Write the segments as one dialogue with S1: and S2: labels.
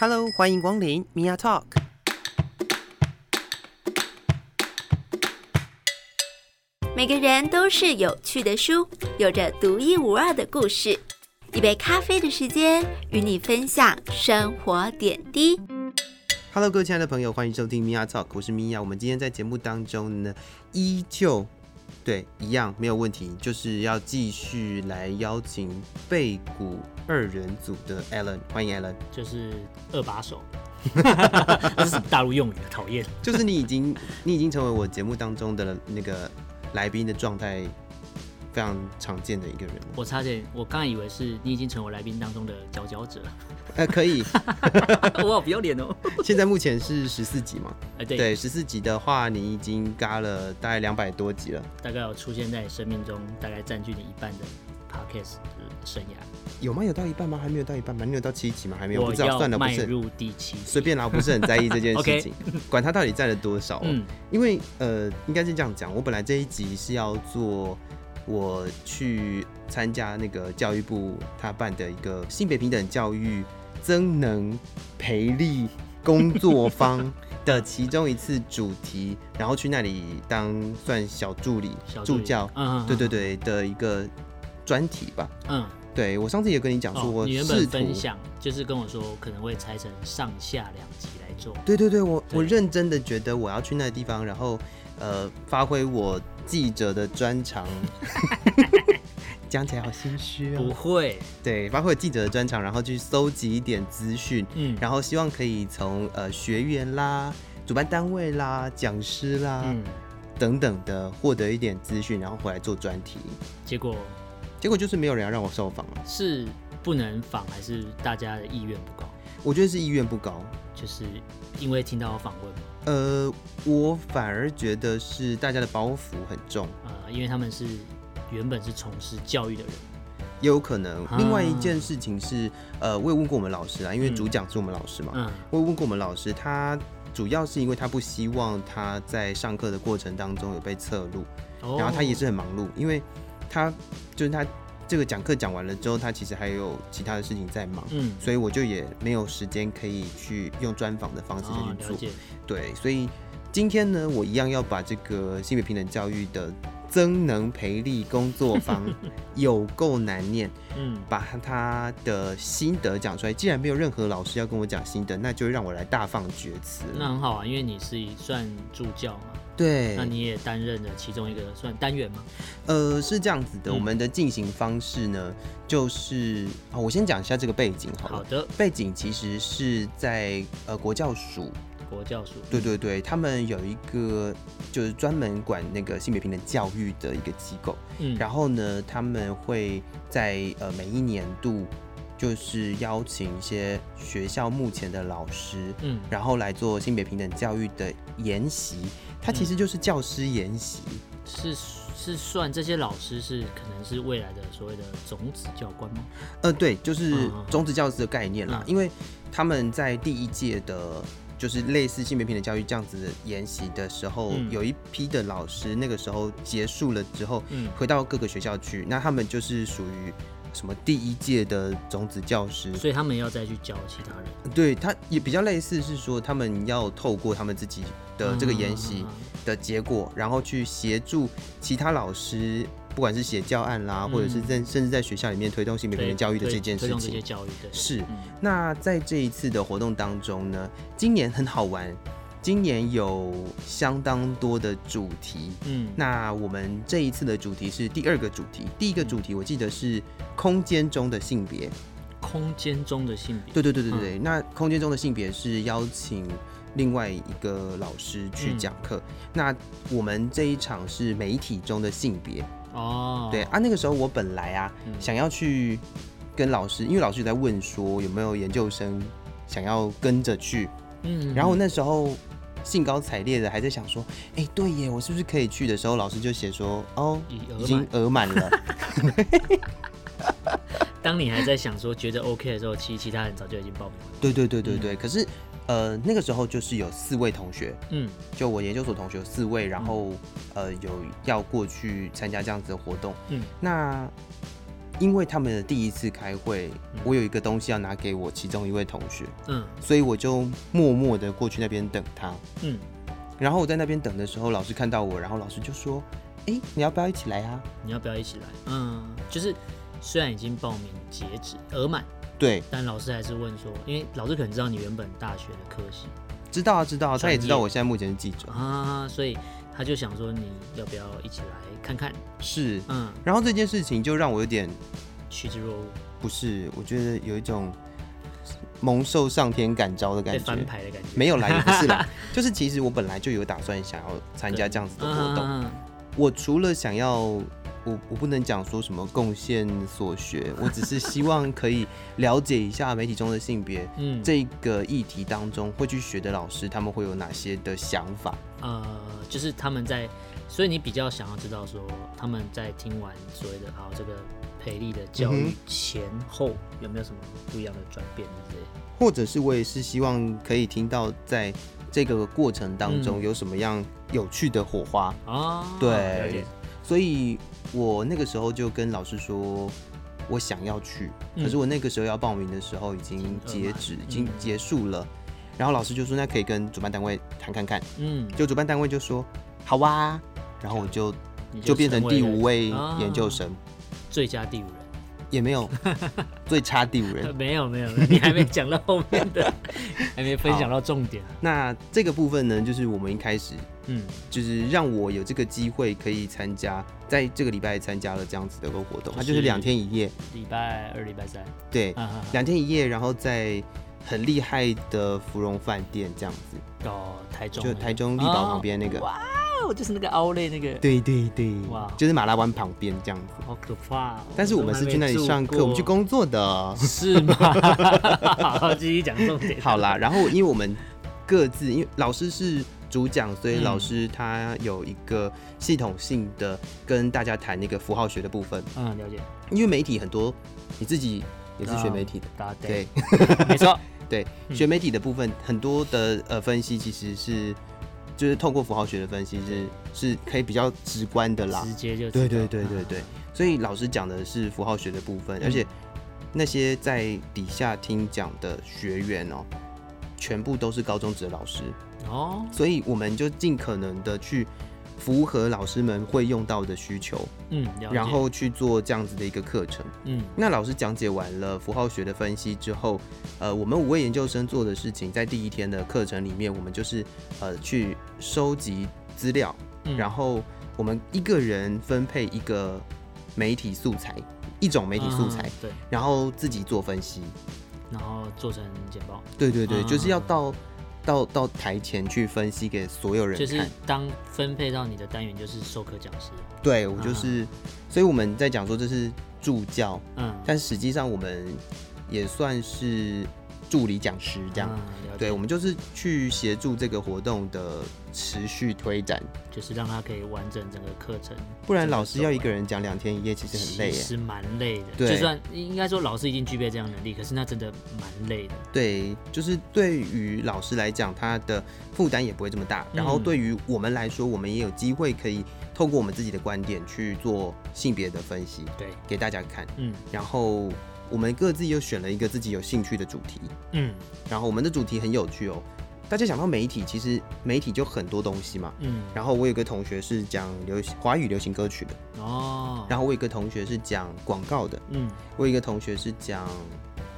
S1: Hello，欢迎光临 Mia Talk。
S2: 每个人都是有趣的书，有着独一无二的故事。一杯咖啡的时间，与你分享生活点滴。
S1: Hello，各位亲爱的朋友，欢迎收听 Mia Talk，我是 Mia。我们今天在节目当中呢，依旧对一样没有问题，就是要继续来邀请贝谷二人组的 Alan，欢迎 Alan。
S3: 就是二把手， 这是大陆用语，讨厌。
S1: 就是你已经 你已经成为我节目当中的那个来宾的状态非常常见的一个人了。
S3: 我差点，我刚才以为是你已经成为来宾当中的佼佼者，
S1: 呃，可以，
S3: 我好不要脸哦。
S1: 现在目前是十四集嘛？
S3: 哎，对，
S1: 对，十四集的话，你已经嘎了大概两百多集了，
S3: 大概有出现在你生命中，大概占据你一半的 podcast 的生涯。
S1: 有吗？有到一半吗？还没有到一半吗？你有到七集吗？还没有，不
S3: 我
S1: 知道，
S3: 要
S1: 算了，不
S3: 迈
S1: 是
S3: 入第七集，
S1: 随便啦，我不是很在 意这件事
S3: OK
S1: 情，管他到底占了多少、哦。
S3: 嗯，
S1: 因为呃，应该是这样讲，我本来这一集是要做我去参加那个教育部他办的一个性别平等教育增能培力工作坊的其中一次主题，然后去那里当算小助理、
S3: 小
S1: 助
S3: 理
S1: 教，
S3: 嗯，嗯
S1: 对对，对的一个专题吧。
S3: 嗯，
S1: 对我上次也跟你讲说，
S3: 哦
S1: 我
S3: 你原
S1: 试
S3: 本
S1: 图、
S3: 分享就是跟我说可能会拆成上下两集来做，
S1: 对对对，我我
S3: 对
S1: 认真的觉得我要去那个地方，然后呃，发挥我记者的专长。 讲起来好心虚
S3: 不
S1: 哦。
S3: 会，
S1: 对，发挥记者的专长，然后去搜集一点资讯，
S3: 嗯，
S1: 然后希望可以从呃学员啦、主办单位啦、讲师啦、
S3: 嗯，
S1: 等等的获得一点资讯，然后回来做专题。
S3: 结果
S1: 结果就是没有人要让我受访了，
S3: 是不能仿，还是大家的意愿不高？
S1: 我觉得是意愿不高。
S3: 就是因为听到我访问嘛，
S1: 呃，我反而觉得是大家的包袱很重。
S3: 呃，因为他们是原本是从事教育的人，
S1: 也有可能。
S3: 啊
S1: 另外一件事情是，呃，我也问过我们老师啊，因为
S3: 嗯
S1: 主讲是我们老师嘛，
S3: 嗯
S1: 我也问过我们老师，他主要是因为他不希望他在上课的过程当中有被侧录，
S3: 哦
S1: 然后他也是很忙碌，因为他就是他这个讲课讲完了之后，他其实还有其他的事情在忙。
S3: 嗯，
S1: 所以我就也没有时间可以去用专访的方式
S3: 哦，
S1: 去
S3: 了
S1: 做，
S3: 解，
S1: 对，所以今天呢，我一样要把这个性别平等教育的增能培力工作坊 有够难念，
S3: 嗯，
S1: 把他的心得讲出来。既然没有任何老师要跟我讲心得，那就让我来大放厥词。
S3: 那很好啊，因为你是算助教嘛，
S1: 对
S3: 那，你也担任了其中一个算单元嘛，
S1: 呃，是这样子的，
S3: 嗯
S1: 我们的进行方式呢，就是啊、我先讲一下这个背景好了。
S3: 好的，
S1: 背景其实是在呃国教署，
S3: 国教署，
S1: 对对对，他们有一个就是专门管那个性别平等教育的一个机构。
S3: 嗯，
S1: 然后呢，他们会在呃每一年度，就是邀请一些学校目前的老师，
S3: 嗯，
S1: 然后来做性别平等教育的研习。它其实就是教师研习，
S3: 是是算这些老师是可能是未来的所谓的种子教官吗？
S1: 呃，对，就是
S3: 嗯嗯嗯
S1: 中职教师的概念啦。
S3: 嗯
S1: 因为他们在第一届的，就是类似性别平等教育这样子的研习的时候，
S3: 嗯
S1: 有一批的老师那个时候结束了之后，
S3: 嗯，
S1: 回到各个学校去，那他们就是属于什么第一届的种子教师，
S3: 所以他们要再去教其他人
S1: 对，他也比较类似，是说他们要透过他们自己的这个研习
S3: 嗯嗯嗯
S1: 的结果，然后去协助其他老师，不管是写教案啦，或者是在甚至在学校里面推动性别
S3: 嗯
S1: 平等
S3: 对
S1: 教育的
S3: 对
S1: 这件
S3: 嗯推
S1: 事
S3: 动这些
S1: 情。
S3: 教育，对，
S1: 是
S3: 嗯
S1: 那在这一次的活动当中呢，今年很好玩，今年有相当多的主题。
S3: 嗯，
S1: 那我们这一次的主题是第二个主题，第一
S3: 嗯
S1: 个主题我记得是空间中的性别。
S3: 空间中的性别，
S1: 对对对对对，那空间中的性别是邀请另外一个老师去讲课。
S3: 嗯
S1: 那我们这一场是媒体中的性别，
S3: 哦，
S1: 对啊，那个时候我本来啊、
S3: 嗯
S1: 想要去跟老师，因为老师有在问说有没有研究生想要跟着去，
S3: 嗯，
S1: 然后我那时候。兴高采烈的还在想说，哎、对耶，我是不是可以去的时候，老师就写说，哦，
S3: 以额
S1: 已经
S3: 满
S1: 额满了。
S3: 当你还在想说觉得 OK 的时候，其实其他人早就已经报名了。
S1: 对对对
S3: 嗯
S1: 对对，可是，呃，那个时候就是有四位同学，
S3: 嗯，
S1: 就我研究所同学有四位，然后、呃有要过去参加这样子的活动。
S3: 嗯，
S1: 那因为他们的第一次开会
S3: 嗯，
S1: 我有一个东西要拿给我其中一位同学，
S3: 嗯
S1: 所以我就默默的过去那边等他。
S3: 嗯，
S1: 然后我在那边等的时候，老师看到我，然后老师就说：“哎、你要不要一起来啊
S3: 你要不要一起来？嗯，就是虽然已经报名截止额满，？”
S1: 对，
S3: 但老师还是问说，因为老师可能知道你原本大学的科系
S1: 知道啊，知道啊，他也
S3: 专业
S1: 知道我现在目前是记者，
S3: 啊，所以他就想说你要不要一起来看看？
S1: 是。
S3: 嗯，
S1: 然后这件事情就让我有点
S3: 趋之若鹜，
S1: 不是，我觉得有一种蒙受上天感召的
S3: 被
S1: 感觉
S3: 翻。牌的感觉，
S1: 没有啦，也不是 啦，就是其实我本来就有打算想要参加这样子的活动。
S3: 嗯
S1: 我除了想要，我我不能讲说什么贡献所学，我只是希望可以了解一下媒体中的性别
S3: 嗯，这
S1: 这个议题当中会去学的老师，他们会有哪些的想法？
S3: 呃，就是他们在，所以你比较想要知道说他们在听完所谓的好这个培力的教
S1: 嗯
S3: 育
S1: 哼
S3: 前后、有没有什么不一样的转变之类的？
S1: 或者是我也是希望可以听到在这个过程当中
S3: 嗯
S1: 有什么样有趣的火花。
S3: 啊，了
S1: 对
S3: 解，，
S1: 所以我那个时候就跟老师说。我想要去，可是
S3: 嗯
S1: 我那个时候要报名的时候已经
S3: 已经额
S1: 截
S3: 满
S1: 止，已
S3: 嗯
S1: 经结束了。然后老师就说，那可以跟主办单位谈看看。
S3: 嗯，
S1: 就主办单位就说，好啊。然后我就
S3: 你
S1: 就变成
S3: 为
S1: 第
S3: 了
S1: 五位研究
S3: 啊
S1: 生，
S3: 最佳第五人，
S1: 也没 有最差第五人。
S3: 没有没有，你 还没讲到后面的，还没分享到重点，
S1: 那这个部分呢，就是我们一开始
S3: 嗯
S1: 就是让我有这个机会可以参加，在这个礼拜参加了这样子的一个活动，它就
S3: 就是
S1: 是两天一夜，
S3: 礼拜二、礼拜三，
S1: 对，
S3: 啊啊，啊
S1: 两天一夜，然后在很厉害的芙蓉饭店这样子，
S3: 搞哦台中那
S1: 就
S3: 个，
S1: 台中立宝旁边那个，
S3: 哇哦，就是那个凹类那个，
S1: 对对对
S3: 哇，
S1: 就是马拉湾旁边这样子。
S3: 好可怕哦。
S1: 但是我们是去那里上课，我们去
S3: 公
S1: 工作的。
S3: 是吗？好，继续讲重点。
S1: 好啦，然后因为我们各自，因为老师是主讲，所以
S3: 嗯
S1: 老师他有一个系统性的跟大家谈那个符号学的部分。
S3: 嗯，了解，
S1: 因为媒体很多，你自己也是学媒体的，
S3: 答啊对
S1: 对，
S3: 没错，
S1: 对，
S3: 嗯
S1: 学媒体的部分很多的呃分析其实是就是透过符号学的分析是是可以比较直观的 啦
S3: 直，接就知
S1: 对
S3: 道
S1: 对对对对，，所以老师讲的是符号学的部
S3: 嗯
S1: 分，而且那些在底下听讲的学员哦、全部都是高中职的老师，
S3: 啊哦，
S1: 所以我们就尽可能的去符合老师们会用到的需求，
S3: 嗯，了解
S1: 然后去做这样子的一个课程。
S3: 嗯
S1: 那老师讲解完了符号学的分析之后，呃，我们五位研究生做的事情，在第一天的课程里面，我们就是呃去收集资料，
S3: 嗯
S1: 然后我们一个人分配一个媒体素材，一种媒体素材，
S3: 嗯对，
S1: 然后自己做分析。啊
S3: 然后做成简报，
S1: 对对对，
S3: 嗯
S1: 就是要到到到台前去分析给所有人
S3: 就
S1: 看。
S3: 是当分配到你的单元就是授课讲师，
S1: 对我就是，所以我们在讲说这是助教，
S3: 嗯，
S1: 但实际上我们也算是助理讲师这样。
S3: 嗯、了解
S1: 对，我们就是去协助这个活动的持续推展，
S3: 就是让他可以完整整个课程，
S1: 不然老师要一个
S3: 人
S1: 人讲两天一夜，其实很累欸
S3: 欸其
S1: 耶。
S3: 实蛮累的。
S1: 对
S3: 就算应该说老师已经具备这样的能力，可是那真的蛮累的。
S1: 对，就是对于老师来讲，他的负担也不会这么大。然后
S3: 嗯
S1: 对于我们来说，我们也有机会可以透过我们自己的观点去做性别的分析
S3: 对，
S1: 给大家看。
S3: 嗯
S1: 然后我们各自又选了一个自己有兴趣的主题，
S3: 嗯
S1: 然后我们的主题很有趣哦。大家想到媒体，其实媒体就很多东西嘛。
S3: 嗯，
S1: 然后我有个同学是讲流行华语流行歌曲的，
S3: 哦，
S1: 然
S3: 后
S1: 后我有一个同学是讲广告的，
S3: 嗯，
S1: 我有一个同学是讲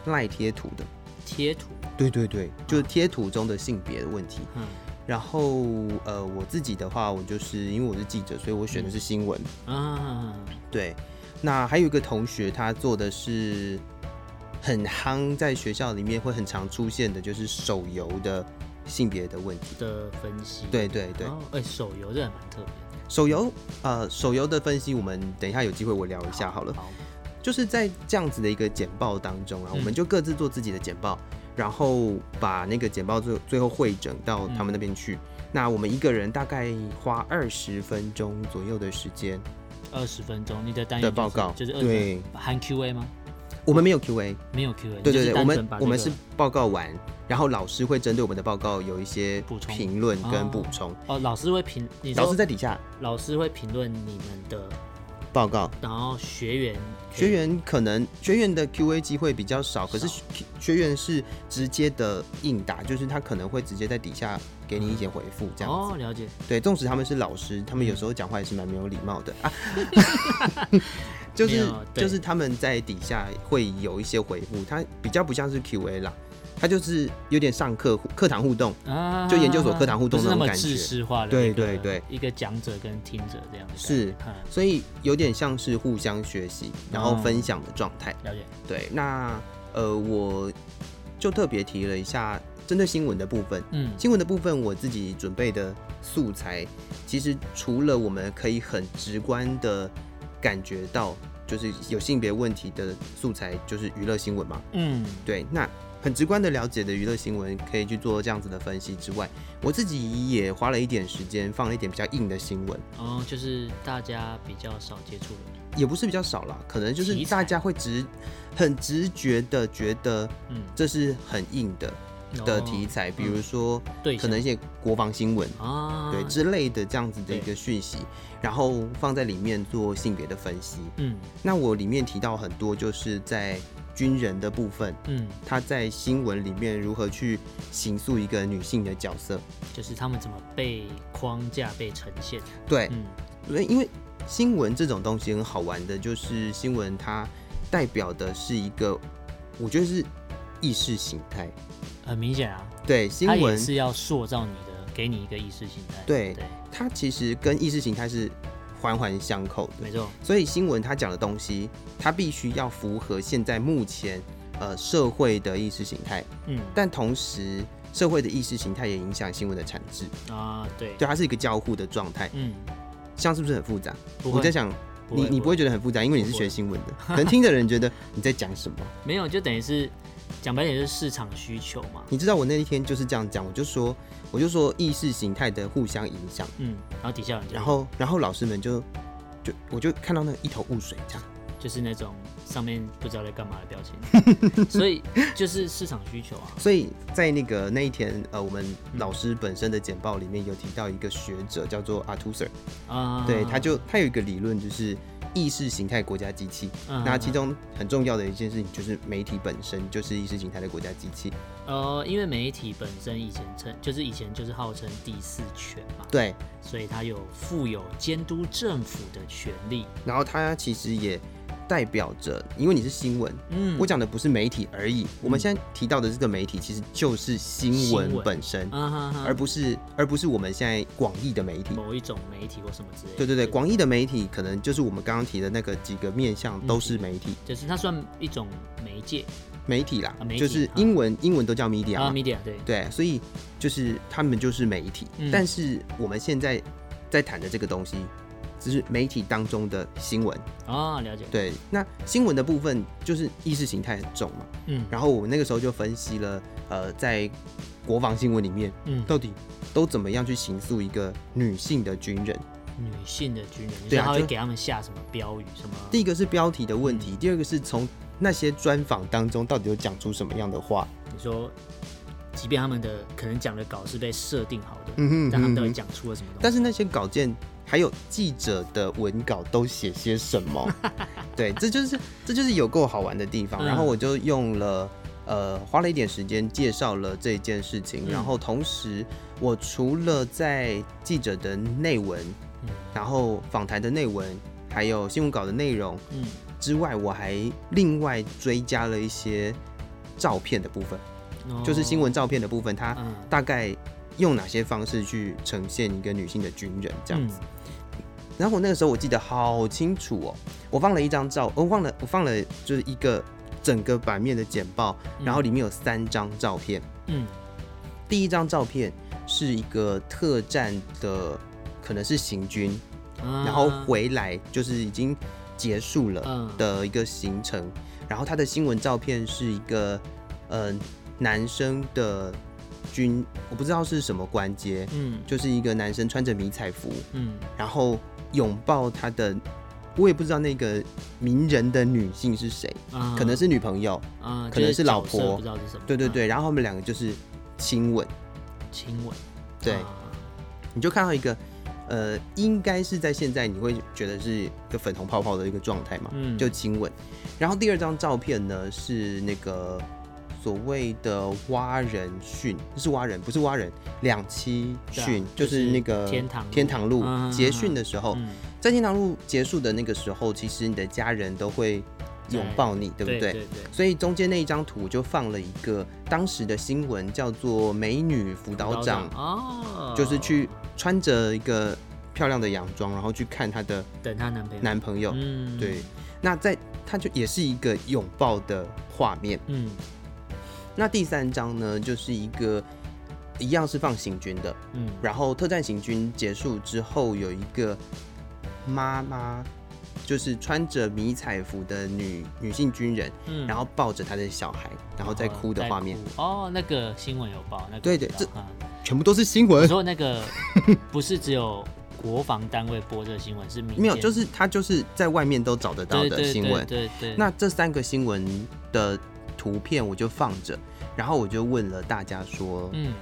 S1: 赖贴图的。
S3: 贴图，
S1: 对对对，就是贴图中的性别的问题。
S3: 嗯
S1: 然后呃，我自己的话，我就是因为我是记者，所以我选的是新闻。
S3: 啊，
S1: 对，那还有一个同学，他做的是很夯，在学校里面会很常出现的，就是手游的性别的问题。
S3: 的分析，
S1: 对对对，
S3: 哦，哎、手游这还蛮特别的，
S1: 手游呃，手游的分析，我们等一下有机会我聊一下好了。
S3: 好，
S1: 就是在这样子的一个简报当中
S3: 嗯
S1: 啊，我们就各自做自己的简报，然后把那个简报最最后汇整到他们那边去。那我们一个人大概花二十分钟左右的时间，
S3: 二十分钟，你的单元、
S1: 的
S3: 就是、
S1: 报告
S3: 就是二
S1: 对
S3: 十，含 Q&A 吗？
S1: 我们没有 Q&A，
S3: 没有 Q&A，
S1: 对
S3: 哦就
S1: 对对，
S3: 是
S1: 我
S3: 单纯
S1: 们
S3: 把这
S1: 我们
S3: 个
S1: 是报告完，然后老师会针对我们的报告有一些
S3: 补充
S1: 评论跟
S3: 哦
S1: 补充，
S3: 哦，老师会评，你说
S1: 老师在底下
S3: 老师会评论你们的
S1: 报告。
S3: 然后学员可以
S1: 学员可能学员的 Q&A 机会比较少，可是
S3: 嗯少
S1: 学学员是直接的应答，就是他可能会直接在底下给你一些回复这样子。
S3: 哦，了解，
S1: 对，纵使他们是老师，他们有时候讲话也是蛮没有礼貌的 啊。就
S3: 没
S1: 是
S3: 有对
S1: 就是他们在底下会有一些回复，他比较不像是 Q&A 啦，他就是有点上课课堂互动。
S3: 啊，
S1: 就研究所课堂互动
S3: 不
S1: 那
S3: 是那
S1: 种
S3: 么
S1: 感觉
S3: 知识化的，
S1: 对对对，
S3: 一个讲者跟听者这样的感觉，
S1: 是
S3: 嗯，
S1: 所以有点像是互相学习，然后
S3: 哦
S1: 分享的状态。
S3: 了解，
S1: 对，那呃，我就特别提了一下针对新闻的部分。
S3: 嗯，
S1: 新闻的部分，我自己准备的素材，其实除了我们可以很直观的感觉到，就是有性别问题的素材，就是娱乐新闻嘛。
S3: 嗯，
S1: 对，那很直观的了解的娱乐新闻，可以去做这样子的分析之外，我自己也花了一点时间，放了一点比较硬的新闻，
S3: 然后哦就是大家比较少接触的，
S1: 也不是比较少啦，可能就是
S3: 题材
S1: 大家会直很直觉的觉得
S3: 嗯，
S1: 这是很硬的的
S3: 哦
S1: 题材，比如说
S3: 对
S1: 可能一些国防新闻。
S3: 象啊，
S1: 对之类的这样子的一
S3: 对
S1: 个讯息，然后放在里面做性别的分析。
S3: 嗯
S1: 那我里面提到很多就是在军人的部分，
S3: 嗯，
S1: 他在新闻里面如何去形塑一个女性的角色。
S3: 就是他们怎么被框架被呈现，
S1: 对，
S3: 嗯，
S1: 所以因为新闻这种东西很好玩的，就是新闻它代表的是一个，我觉得是意识形态。
S3: 很明显啊，
S1: 对，新
S3: 他也
S1: 闻
S3: 是要塑造你的，给你一个意识形态，
S1: 对
S3: 对，
S1: 它其实跟意识形态是环环相扣的。
S3: 没错，
S1: 所以新闻它讲的东西，它必须要符合现在目前呃社会的意识形态，
S3: 嗯，
S1: 但同时社会的意识形态也影响新闻的产制，
S3: 啊，对，
S1: 对，它是一个交互的状态，
S3: 嗯，
S1: 像是不是很复杂？
S3: 不
S1: 我
S3: 会
S1: 在想，你你不会觉得很复杂，因为你是
S3: 不会
S1: 学新闻的，可能听的人觉得你在讲什么。
S3: 没有，就等于是讲白点就是市场需求嘛。
S1: 你知道我那一天就是这样讲，我就说我就说意识形态的互相影响，
S3: 嗯，然后底下有人就
S1: 然后然后老师们就就我就看到那一头雾水这样。
S3: 就是那种上面不知道在干嘛的表情， 所以就是市场需求啊。
S1: 所以在那个那一天，呃，我们老师本身的简报里面有提到一个学者叫做 Arthur，、
S3: 啊、
S1: 对，他就他有一个理论就是意识形态国家机器。
S3: 嗯
S1: 那其中很重要的一件事情就是媒体本身就是意识形态的国家机器。
S3: 呃，因为媒体本身以前称就是以前就是号称第四权嘛，
S1: 对，
S3: 所以它有负有监督政府的权利。
S1: 然后它其实也代表着，因为你是新闻。
S3: 嗯，
S1: 我讲的不是媒体而已，我们现在提到的这个媒体其实就是新闻
S3: 新闻
S1: 本身，
S3: 啊哈哈，
S1: 而不是而不是我们现在广义的媒体。
S3: 某一种媒体或什么之类的。
S1: 对对对，广义的媒体可能就是我们刚刚提的那个几个面向
S3: 嗯
S1: 都是媒体，
S3: 就是它算一种媒介
S1: 媒体啦，
S3: 啊媒体
S1: 就是英文、英文都叫 media
S3: 啊
S1: 嘛，
S3: ，media 对，
S1: 对，所以就是他们就是媒体，
S3: 嗯
S1: 但是我们现在在谈的这个东西，就是媒体当中的新闻，
S3: 啊，了解，，
S1: 对，那新闻的部分就是意识形态很重嘛，
S3: 嗯
S1: 然后我们那个时候就分析了，呃，在国防新闻里面
S3: 嗯，
S1: 到底都怎么样去形塑一个女性的军人。
S3: 女性的军人，
S1: 对
S3: 就是
S1: 啊
S3: 他会
S1: 就
S3: 给他们下什么标语什么，
S1: 第一个是标题的问题，第二个是从那些专访当中到底有讲出什么样的话。
S3: 你说，即便他们的可能讲的稿是被设定好的，
S1: 嗯哼
S3: 但他们
S1: 嗯哼
S3: 到底讲出了什么东西？
S1: 但是那些稿件还有记者的文稿都写些什么？ 对，这就是这就是有够好玩的地方。
S3: 嗯
S1: 然后我就用了。呃，花了一点时间介绍了这件事情，
S3: 嗯
S1: 然后同时，我除了在记者的内文，
S3: 嗯
S1: 然后访谈的内文，还有新闻稿的内容
S3: 嗯，
S1: 之外，我还另外追加了一些照片的部分。
S3: 哦
S1: 就是新闻，照片的部分，它
S3: 嗯，
S1: 大概用哪些方式去呈现一个女性的军人这样
S3: 嗯
S1: 子。然后我那个时候我记得好清楚哦，我放了一张照，我忘了我放了就是一个整个版面的简报，
S3: 嗯
S1: 然后里面有三张照片。
S3: 嗯，
S1: 第一张照片是一个特战的，可能是行军，
S3: 嗯，
S1: 然后回来就是已经结束了
S3: 嗯
S1: 的一个行程。然后他的新闻照片是一个呃男生的军，我不知道是什么关节，
S3: 嗯
S1: 就是一个男生穿着迷彩服，
S3: 嗯，
S1: 然后拥抱他的，我也不知道那个名人的女性是谁，
S3: 啊
S1: 可能是女朋友，
S3: 啊，
S1: 可能是老
S3: 就是角色
S1: 婆
S3: 不知道是什么，
S1: 对对
S3: 啊，
S1: 对，然后他们两个就是亲吻，
S3: 亲吻，
S1: 对
S3: 啊
S1: 你就看到一个呃，应该是在现在你会觉得是一个粉红泡泡的一个状态嘛，
S3: 嗯
S1: 就亲吻。然后第二张照片呢是那个所谓的蛙人训，是蛙人，不是蛙人，两栖
S3: 对
S1: 训，
S3: 啊
S1: 就
S3: 就是
S1: 是那个
S3: 天堂路
S1: 天堂路
S3: 嗯嗯嗯
S1: 结训的时候，
S3: 嗯，
S1: 在天堂路结束的那个时候，其实你的家人都会拥抱你，对不
S3: 对
S1: 对？
S3: 对对，
S1: 所以中间那一张图就放了一个当时的新闻，叫做美女辅导长，
S3: 哦，
S1: 就是去穿着一个漂亮的洋装，然后去看她的
S3: 等她男朋友，
S1: 男朋友。
S3: 嗯，
S1: 对，，那在她就也是一个拥抱的画面。
S3: 嗯
S1: 那第三张呢，就是一个一样是放行军的，
S3: 嗯，
S1: 然后特战行军结束之后，有一个妈妈，就是穿着迷彩服的女女性军人，
S3: 嗯
S1: 然后抱着她的小孩，然后在哭的画面，
S3: 在哭哦，那个新闻有报，那个
S1: 对对
S3: 有报
S1: 这
S3: 嗯
S1: 全部都是新
S3: 我
S1: 闻。
S3: 说那 个不是只有国防单位播这个新闻，是民间
S1: 没有，就是她就是在外面都找得到
S3: 对
S1: 的
S3: 对
S1: 新闻。
S3: 对对对，
S1: 那这三个新闻的图片我就放着，然后我就问了大家说，
S3: 嗯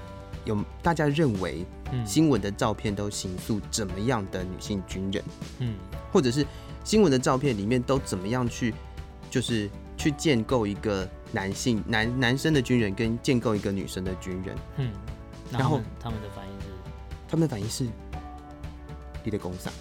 S1: 有大家认为
S3: 嗯
S1: 新闻的照片都形塑怎么样的女性军人？
S3: 嗯
S1: 或者是新闻的照片里面都怎么样去，就是去建构一个男性男男生的军人跟建构一个女生的军人，
S3: 嗯，
S1: 然
S3: 然
S1: 后
S3: 后他们的反应是
S1: 他们的反应是你的工伤，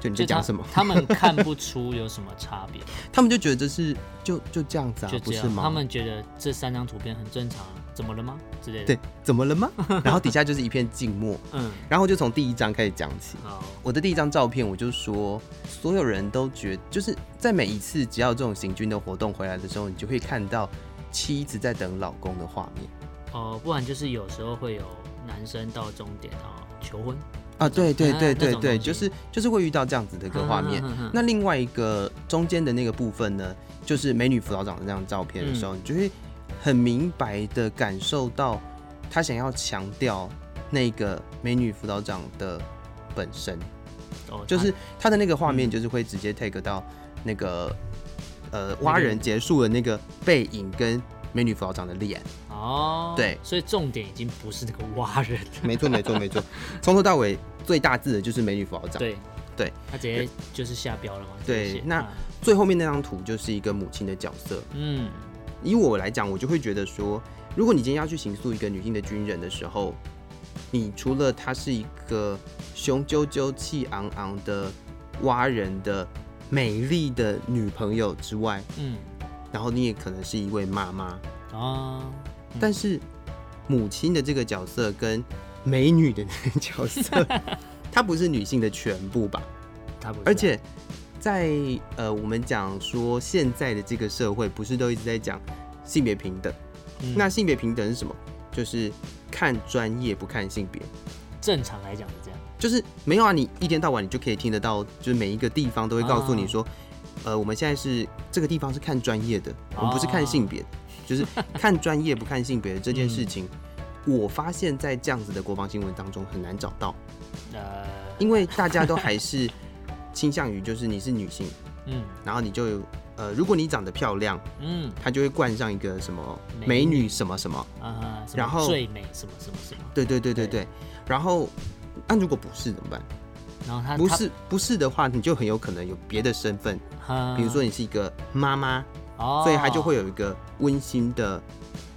S1: 就你在
S3: 就他
S1: 讲什么？
S3: 他们看不出有什么差 别，
S1: 他们就觉得这是就就这样子啊
S3: 就，
S1: 不
S3: 这
S1: 是
S3: 样，
S1: 吗？
S3: 他们觉得这三张图片很正常，啊怎么了吗之类的，
S1: 对，怎么了吗？ 然后底下就是一片静默，
S3: 嗯，
S1: 然后就从第一张开始讲起。
S3: 好，
S1: 我的第一张照片，我就说，所有人都觉就是在每一次只要有这种行军的活动回来的时候，你就会看到妻子在等老公的画面。
S3: 哦，不然就是有时候会有男生到终点然后求婚
S1: 啊，对对
S3: 啊
S1: 对
S3: 那
S1: 对
S3: 种
S1: 对，
S3: 东西
S1: 就是就是会遇到这样子的一个画
S3: 嗯
S1: 面。那另外一个中间的那个部分呢，就是美女辅导长的那张照片的时候，
S3: 嗯
S1: 你就会很明白的感受到她想要强调那个美女辅导长的本身，
S3: 哦，他
S1: 就是她的那个画面就是会直接 take 到那个呃蛙人结束的那个背影跟美女辅导长的脸。
S3: 哦，
S1: 对
S3: 所以重点已经不是那个蛙人了，
S1: 没错没错没错，从头到尾最大字的就是美女辅导长。
S3: 对
S1: 对，
S3: 他直接就是下标了嘛，直接
S1: 对
S3: 写
S1: 那
S3: 啊
S1: 最后面那张图就是一个母亲的角色。
S3: 嗯
S1: 以我来讲，我就会觉得说，如果你今天要去刑诉一个女性的军人的时候，你除了她是一个雄赳赳、气昂昂的蛙人的美丽的女朋友之外，
S3: 嗯
S1: 然后你也可能是一位妈妈，
S3: 哦，嗯
S1: 但是母亲的这个角色跟美女的那个角 色，她不是女性的全部吧？
S3: 他不是啊
S1: 而且在呃，我们讲说现在的这个社会，不是都一直在讲性别平等？
S3: 嗯
S1: 那性别平等是什么？就是看专业不看性别，
S3: 正常来讲是这样，
S1: 就是没有啊，你一天到晚你就可以听得到，就是每一个地方都会告诉你
S3: 哦
S1: 说，呃，我们现在是这个地方是看专业的，
S3: 哦
S1: 我们不是看性别的，就是看专业不看性别的这件事情。
S3: 嗯
S1: 我发现，在这样子的国防新闻当中很难找到，
S3: 呃，
S1: 因为大家都还是倾向于就是你是女性，
S3: 嗯
S1: 然后你就呃，如果你长得漂亮，
S3: 嗯
S1: 他就会冠上一个什么
S3: 美
S1: 美女什么什么，
S3: 啊，什么
S1: 然后
S3: 最美什么什么什么，
S1: 对对对对
S3: 对
S1: 对。然后，那、如果不是怎么
S3: 啊
S1: 办？
S3: 然后他
S1: 不，是不是的话，你就很有可能有别的身份，
S3: 他
S1: 比如说，你是一个妈妈，
S3: 嗯哦
S1: 所以她就会有一个温馨的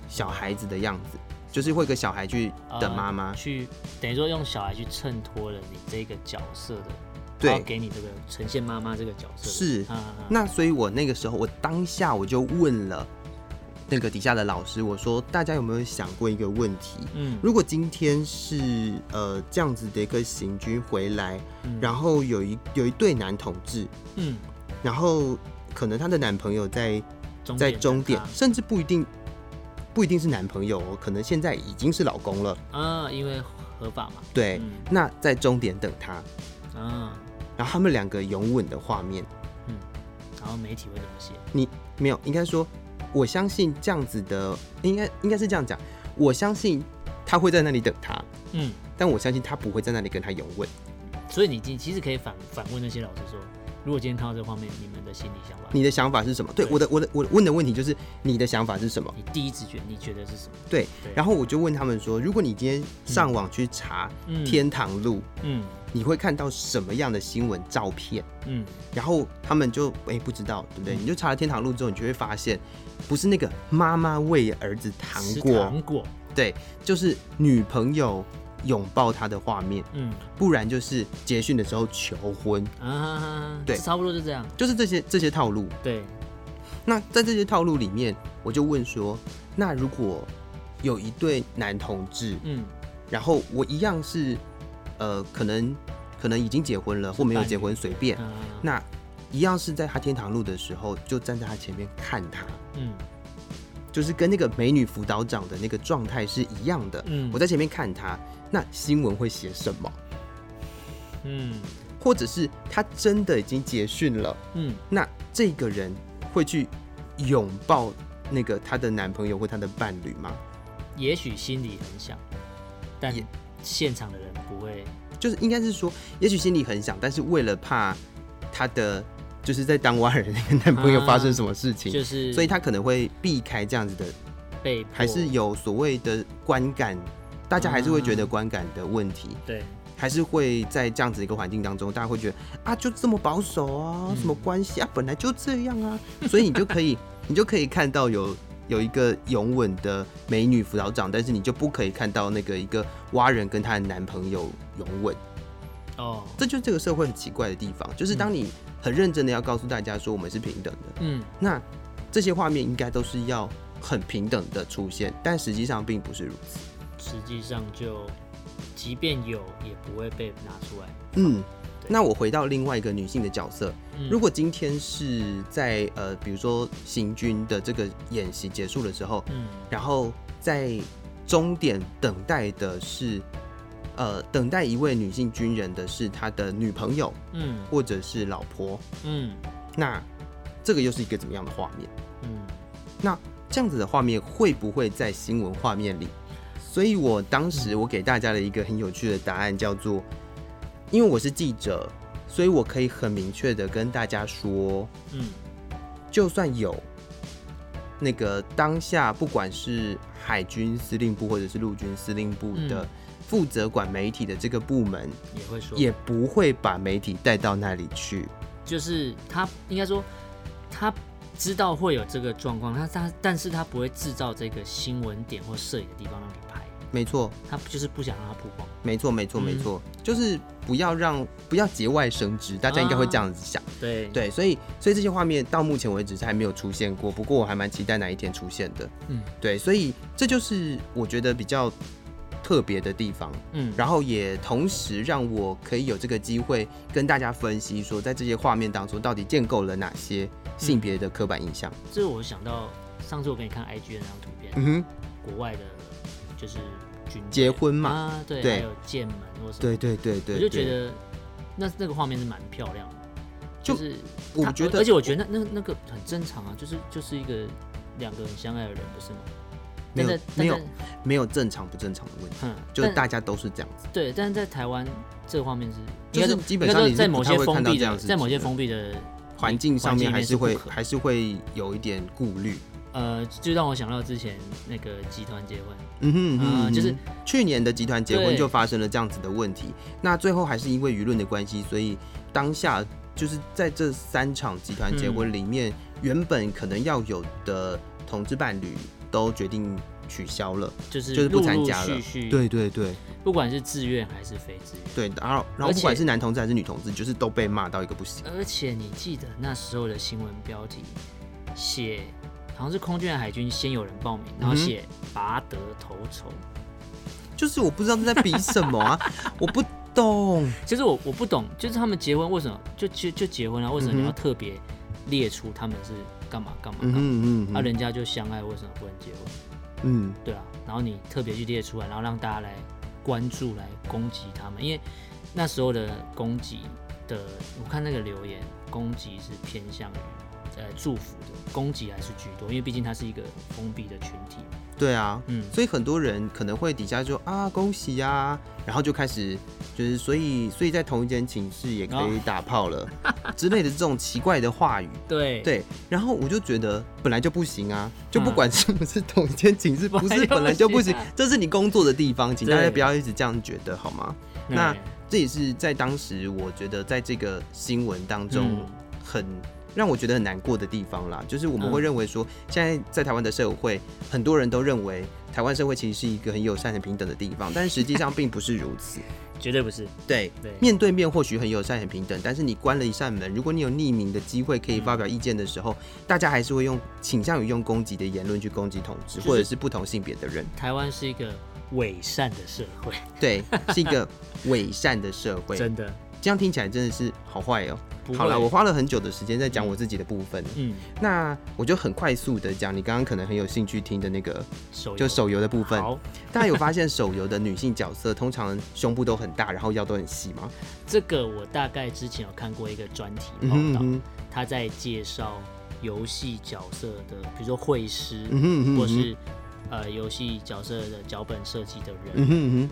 S1: 小孩子的样子，就是会有个小孩去等妈妈
S3: 呃。去，等于说用小孩去衬托了你这个角色的，
S1: 对
S3: 他要给你这个呈现妈妈这个角色的
S1: 是
S3: 啊啊啊
S1: 那所以，我那个时候，我当下我就问了那个底下的老师，我说大家有没有想过一个问题？
S3: 嗯
S1: 如果今天是呃这样子的一个行军回来，
S3: 嗯
S1: 然后有一有一对男同志，
S3: 嗯，
S1: 然后可能她的男朋友在在终点
S3: 等，他
S1: 甚至不一定不一定是男朋友哦，可能现在已经是老公了。
S3: 啊，因为合法嘛，
S1: 对，
S3: 嗯
S1: 那在终点等他，
S3: 啊，
S1: 然后他们两个拥吻的画面，
S3: 嗯，然后媒体会怎么写？
S1: 你没有？应该说，我相信这样子的，应该应该是这样讲，我相信他会在那里等他，
S3: 嗯，
S1: 但我相信他不会在那里跟他拥吻。
S3: 所以你其其实可以反反问那些老师说，如果今天看到这画面，你们的心里想法，
S1: 你的想法是什么？对，
S3: 对
S1: 我的我的我问的问题就是你的想法是什么？
S3: 你第一直觉你觉得是什么？
S1: 对
S3: 对，
S1: 然后我就问他们说，如果你今天上网去查
S3: 嗯
S1: 天堂路，
S3: 嗯，
S1: 你会看到什么样的新闻照片？
S3: 嗯，
S1: 然后他们就哎、不知道，对不对？
S3: 嗯
S1: 你就查了天堂路之后，你就会发现，不是那个妈妈喂儿子糖
S3: 吃
S1: 果，
S3: 糖果，
S1: 对，就是女朋友拥抱他的画面，
S3: 嗯
S1: 不然就是结训的时候求婚，
S3: 啊，
S1: 对
S3: 差不多就这样，
S1: 就是这些这些套路。
S3: 对，
S1: 那在这些套路里面，我就问说，那如果有一对男同志，
S3: 嗯，
S1: 然后我一样是，呃，可能可能已经结婚了或没有结婚，随便，
S3: 啊
S1: 那一样是在他天堂路的时候，就站在他前面看他，
S3: 嗯
S1: 就是跟那个美女辅导长的那个状态是一样的。
S3: 嗯，
S1: 我在前面看他，那新闻会写什么？
S3: 嗯
S1: 或者是他真的已经结训了，
S3: 嗯
S1: 那这个人会去拥抱那个她的男朋友或她的伴侣吗？
S3: 也许心里很想，但
S1: 也
S3: 现场的人不会，
S1: 就是应该是说，也许心里很想，但是为了怕她的就是在当蛙人那个男朋友发生什么事情，
S3: 就是
S1: 所以她可能会避开这样子的，
S3: 被迫
S1: 还是有所谓的观感，大家还是会觉得
S3: 啊
S1: 观感的问题，
S3: 对，
S1: 还是会在这样子一个环境当中，大家会觉得啊，就这么保守啊，
S3: 嗯
S1: 什么关系啊，本来就这样啊， 所以你就可以，你就可以看到有有一个拥吻的美女辅导长，但是你就不可以看到那个一个蛙人跟她的男朋友拥吻，
S3: 哦，
S1: 这就是这个社会很奇怪的地方，就是当你很认真的要告诉大家说我们是平等的，
S3: 嗯
S1: 那这些画面应该都是要很平等的出现，但实际上并不是如此。
S3: 实际上就，即便有，也不会被拿出来。
S1: 嗯，
S3: 对
S1: 那我回到另外一个女性的角色，
S3: 嗯
S1: 如果今天是在呃，比如说行军的这个演习结束的时候，
S3: 嗯
S1: 然后在终点等待的是，呃，等待一位女性军人的是她的女朋友
S3: 嗯
S1: 或者是老婆，
S3: 嗯
S1: 那这个又是一个怎么样的画面？
S3: 嗯，
S1: 那这样子的画面会不会在新闻画面里？所以我当时我给大家的一个很有趣的答案叫做，因为我是记者，所以我可以很明确的跟大家说，
S3: 嗯
S1: 就算有那个当下，不管是海军司令部或者是陆军司令部的
S3: 嗯
S1: 负责管媒体的这个部门，
S3: 也会说，
S1: 也不会把媒体带到那里去。
S3: 就是他应该说，他知道会有这个状况，他他但是他不会制造这个新闻点或摄影的地方让你拍，
S1: 没错，
S3: 他就是不想让它曝光。
S1: 没错，没错，
S3: 嗯
S1: 没错，就是不要让不要节外生枝，大家应该会这样子想。
S3: 对，
S1: 对，所以所以这些画面到目前为止是还没有出现过，不过我还蛮期待哪一天出现的。
S3: 嗯
S1: 对，所以这就是我觉得比较特别的地方。
S3: 嗯，
S1: 然后也同时让我可以有这个机会跟大家分析说，在这些画面当中到底建构了哪些性别的刻板印象。
S3: 这我想到上次我给你看 IG 的那张图片，
S1: 嗯哼，
S3: 国外的，就是军队
S1: 结婚嘛，
S3: 啊，对，
S1: 对
S3: 还有剑门或什么，
S1: 对对对对，
S3: 我就觉
S1: 对
S3: 得那那个画面是蛮漂亮的，
S1: 就是我
S3: 他
S1: 觉得
S3: 而且我觉得那那那个很正常啊，就是就是一个两个很相爱的人，不是吗？
S1: 没有
S3: 但在
S1: 没有
S3: 但在
S1: 没有正常不正常的问题，
S3: 嗯，
S1: 就是
S3: 但
S1: 大家都是这样子。
S3: 对，但是在台湾这个画面是，
S1: 就是
S3: 应该说
S1: 基本
S3: 应该
S1: 上
S3: 说
S1: 你是
S3: 在
S1: 不
S3: 某
S1: 太
S3: 些
S1: 会看
S3: 封
S1: 到
S3: 闭
S1: 这样的
S3: 的，
S1: 事
S3: 在某
S1: 情
S3: 些
S1: 的
S3: 封闭的
S1: 环境上面还
S3: 是
S1: 是会
S3: 不可
S1: 还是会有一点顾虑，
S3: 呃，就让我想到之前那个集团结婚，
S1: 嗯哼嗯
S3: 啊
S1: 哼，
S3: 就是
S1: 去年的集团结婚
S3: 对
S1: 就发生了这样子的问题，那最后还是因为舆论的关系，所以当下就是在这三场集团结婚里面，原本可能要有的同志伴侣都决定取消了，
S3: 就是
S1: 就是不
S3: 陆
S1: 参
S3: 陆
S1: 加了
S3: 续续，
S1: 对，对对
S3: 不管是自愿还是非自愿，
S1: 对，然后然后
S3: 而
S1: 不
S3: 且
S1: 管是男同志还是女同志，就是都被骂到一个不行。
S3: 而且你记得那时候的新闻标题写，好像是空军还是海军先有人报名，然后
S1: 嗯哼
S3: 写拔得头筹。
S1: 就是我不知道在比什么啊，我不懂。
S3: 其实我我不懂，就是他们结婚为什么就就就结婚了、啊为什么
S1: 嗯
S3: 你
S1: 哼
S3: 要特别列出他们是干嘛干嘛
S1: 嗯
S3: 干嘛？
S1: 哼嗯
S3: 啊，
S1: 哼
S3: 人家就相爱，为什么不能结婚？
S1: 嗯
S3: 对啊，然后你特别去列出来，然后让大家来关注、来攻击他们，因为那时候的攻击的，我看那个留言，攻击是偏向于呃祝福的，攻击还是居多，因为毕竟它是一个封闭的群体嘛。
S1: 对啊，
S3: 嗯，
S1: 所以很多人可能会底下就啊恭喜呀、然后就开始就是所以所以在同一间寝室也可以打炮 了、之类的这种奇怪的话语。
S3: 对，
S1: 对，然后我就觉得本来就不行啊，就不
S3: 哎嗯
S1: 管是不是同一间寝室，不
S3: 本来
S1: 是
S3: 就
S1: 本来就
S3: 不
S1: 不
S3: 行
S1: 行
S3: 啊，
S1: 这是你工作的地方，请大家
S3: 对
S1: 不要一直这样觉得好吗？那
S3: 嗯
S1: 这也是在当时我觉得在这个新闻当中
S3: 嗯
S1: 很。让我觉得很难过的地方啦，就是我们
S3: 嗯
S1: 会认为说，现在在台湾的社会，很多人都认为台湾社会其实是一个很友善、很平等的地方，但实际上并不是如 此。
S3: 绝对不是。
S1: 对，
S3: 对，
S1: 面对面或许很友善、很平等，但是你关了一扇门，如果你有匿名的机会可以发表意见的时候，
S3: 嗯
S1: 大家还是会用倾向于用攻击的言论去攻击同志，
S3: 是
S1: 或者是不同性别的人。
S3: 台湾是一个伪善的社 会，
S1: 对，是一个 伪善的社会。
S3: 真的。
S1: 这样听起来真的是好坏哦、
S3: 不会
S1: 好了，我花了很久的时间在讲我自己的部分，
S3: 嗯，
S1: 那我就很快速的讲你刚刚可能很有兴趣听的那 个，
S3: 手游
S1: 就手游的部分。
S3: 好，
S1: 大家有发现手游的女性角色通常胸部都很大，然后腰都很细吗？
S3: 这个我大概之前有看过一个专题报
S1: 嗯哼嗯
S3: 道，
S1: 哼
S3: 他在介绍游戏角色的，比如说绘师，
S1: 嗯哼嗯哼
S3: 或是呃游戏角色的脚本设计的人，
S1: 嗯哼嗯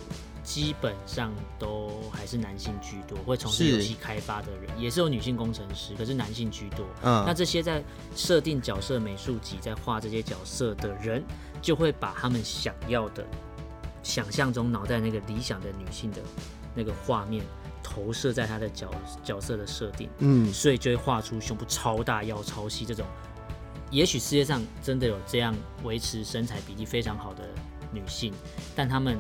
S3: 基本上都还是男性居多，会从事
S1: 是
S3: 游戏开发的人也是有女性工程师，可是男性居多。
S1: 嗯
S3: 那这些在设定角色美术集、在画这些角色的人，就会把他们想要的、想象中脑袋那个理想的女性的那个画面投射在他的角角色的设定，
S1: 嗯
S3: 所以就会画出胸部超大、腰超细这种。也许世界上真的有这样维持身材比例非常好的女性，但她们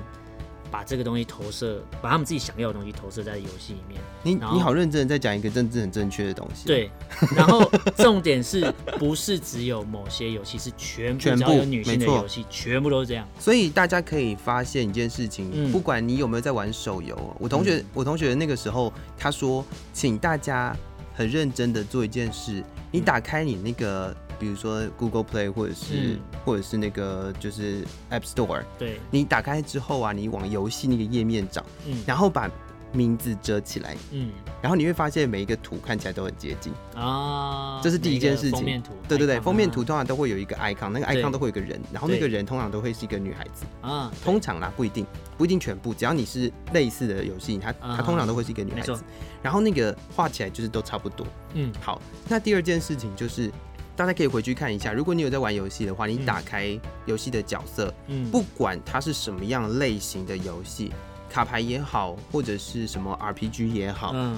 S3: 把这个东西投射，把她们自己想要的东西投射在游戏里面。
S1: 你
S3: 然后
S1: 你好认真的在讲一个政治很正确的东西。，
S3: 对，然后重点是不是只有某些游戏，是全部
S1: 全
S3: 只
S1: 部
S3: 要有女性
S1: 没
S3: 的
S1: 错
S3: 游戏，全部都是这样。
S1: 所以大家可以发现一件事情，
S3: 嗯
S1: 不管你有没有在玩手游哦，我同学、
S3: 嗯
S1: 我同学那个时候他说，请大家很认真的做一件事，你打开你那个。比如说 Google Play 或者是、
S3: 嗯
S1: 或者是那个就是 App Store，
S3: 对，
S1: 你打开之后啊，你往游戏那个页面找，
S3: 嗯
S1: 然后把名字遮起来，
S3: 嗯
S1: 然后你会发现每一个图看起来都很接近。
S3: 啊，
S1: 这是第一件事情
S3: 每个封面图，
S1: 对对对，
S3: icon
S1: 封面图
S3: 啊
S1: 通常都会有一个 icon，那个
S3: 对
S1: icon 都会有一个人，然后那
S3: 对
S1: 个人通常都会是一个女孩子，
S3: 啊，
S1: 通常啦，不一定，不一定全部，只要你是类似的游戏，它它
S3: 嗯
S1: 通常都会是一个女孩
S3: 没错
S1: 子，然后那个画起来就是都差不多。
S3: 嗯
S1: 好，那第二件事情就是。大家可以回去看一下，如果你有在玩游戏的话，你
S3: 嗯
S1: 打开游戏的角色，
S3: 嗯
S1: 不管它是什么样类型的游戏，卡牌也好，或者是什么 RPG 也好，
S3: 嗯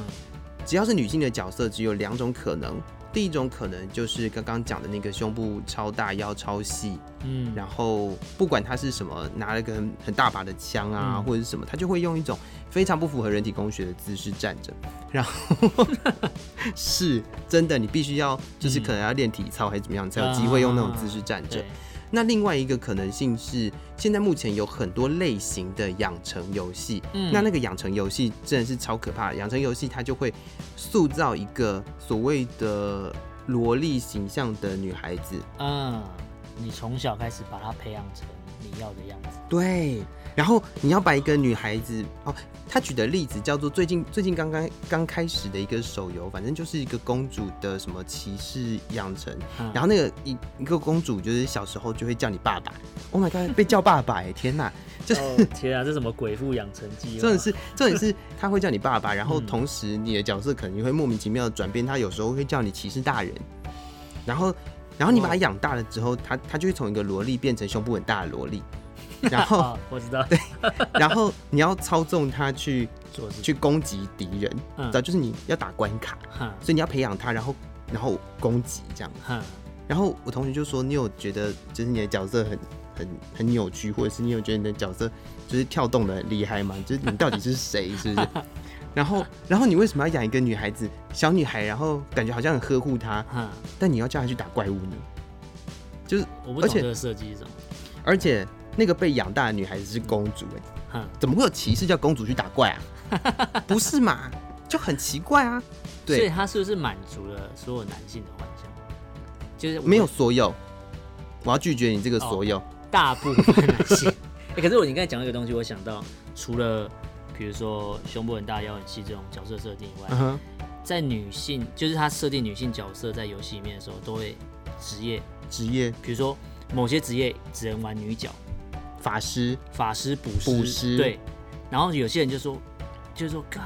S1: 只要是女性的角色，只有两种可能。第一种可能就是刚刚讲的那个胸部超大、腰超细，
S3: 嗯，
S1: 然后不管她是什么，拿了个很很大把的枪啊，
S3: 嗯
S1: 或者是什么，她就会用一种非常不符合人体工学的姿势站 着。然后是真的，你必须要就是可能要练体操还是怎么样，你才有机会用那种姿势站着
S3: 啊对。，
S1: 那另外一个可能性是，现在目前有很多类型的养成游戏，
S3: 嗯
S1: 那那个养成游戏真的是超可怕的。养成游戏它就会塑造一个所谓的萝莉形象的女孩子，
S3: 嗯，你从小开始把它培养成你要的样子，
S1: 对。然后你要把一个女孩子哦，她举的例子叫做最近最近刚刚刚开始的一个手游，反正就是一个公主的什么骑士养成，
S3: 嗯
S1: 然后那个一一个公主就是小时候就会叫你爸 爸，Oh my god，被叫爸爸哎、天哪！就是
S3: 哦天啊，这什么鬼父养成记 啊？
S1: 重点是，重点是他会叫你爸 爸，然后
S3: 嗯
S1: 同时你的角色可能也会莫名其妙的转变，他有时候会叫你骑士大人，然后，然后你把他
S3: 哇
S1: 养大了之后，他他就会从一个萝莉变成胸部很大的萝莉，然后，
S3: 哦，我知道，
S1: 然后你要操纵他去
S3: 做事
S1: 去攻击敌人，
S3: 嗯
S1: 知道就是你要打关卡，
S3: 哼
S1: 所以你要培养他，然后然后攻击这样。
S3: 哼，
S1: 然后我同学就说，你有觉得就是你的角色很很很扭曲，或者是你有觉得你的角色就是跳动的很厉害吗？就是你到底是谁，是 不是？然后，然后你为什么要养一个女孩子，小女孩，然后感觉好像很呵护她，
S3: 哼，
S1: 但你要叫她去打怪物呢？就是，
S3: 我不
S1: 而
S3: 懂
S1: 且
S3: 这个设计是什么，
S1: 而且那个被养大的女孩子是公主、欸，
S3: 哼，
S1: 怎么会有骑士叫公主去打怪啊？ 不是嘛？就很奇怪啊。
S3: 所以
S1: 对，
S3: 他是不是满足了所有男性的幻想？就是我
S1: 没有所有，我要拒绝你这
S3: 哦
S1: 个所有。
S3: 大部分男性。欸可是我你刚才讲到一个东西，我想到除了比如说胸部很大、腰很细这种角色设定以
S1: 嗯
S3: 外，
S1: 哼，
S3: 在女性就是他设定女性角色在游戏里面的时候，都会职业，
S1: 职业
S3: 比如说某些职业只能玩女角，
S1: 法师，
S3: 法师、捕
S1: 捕师
S3: 对。然后有些人就说，就是说，靠，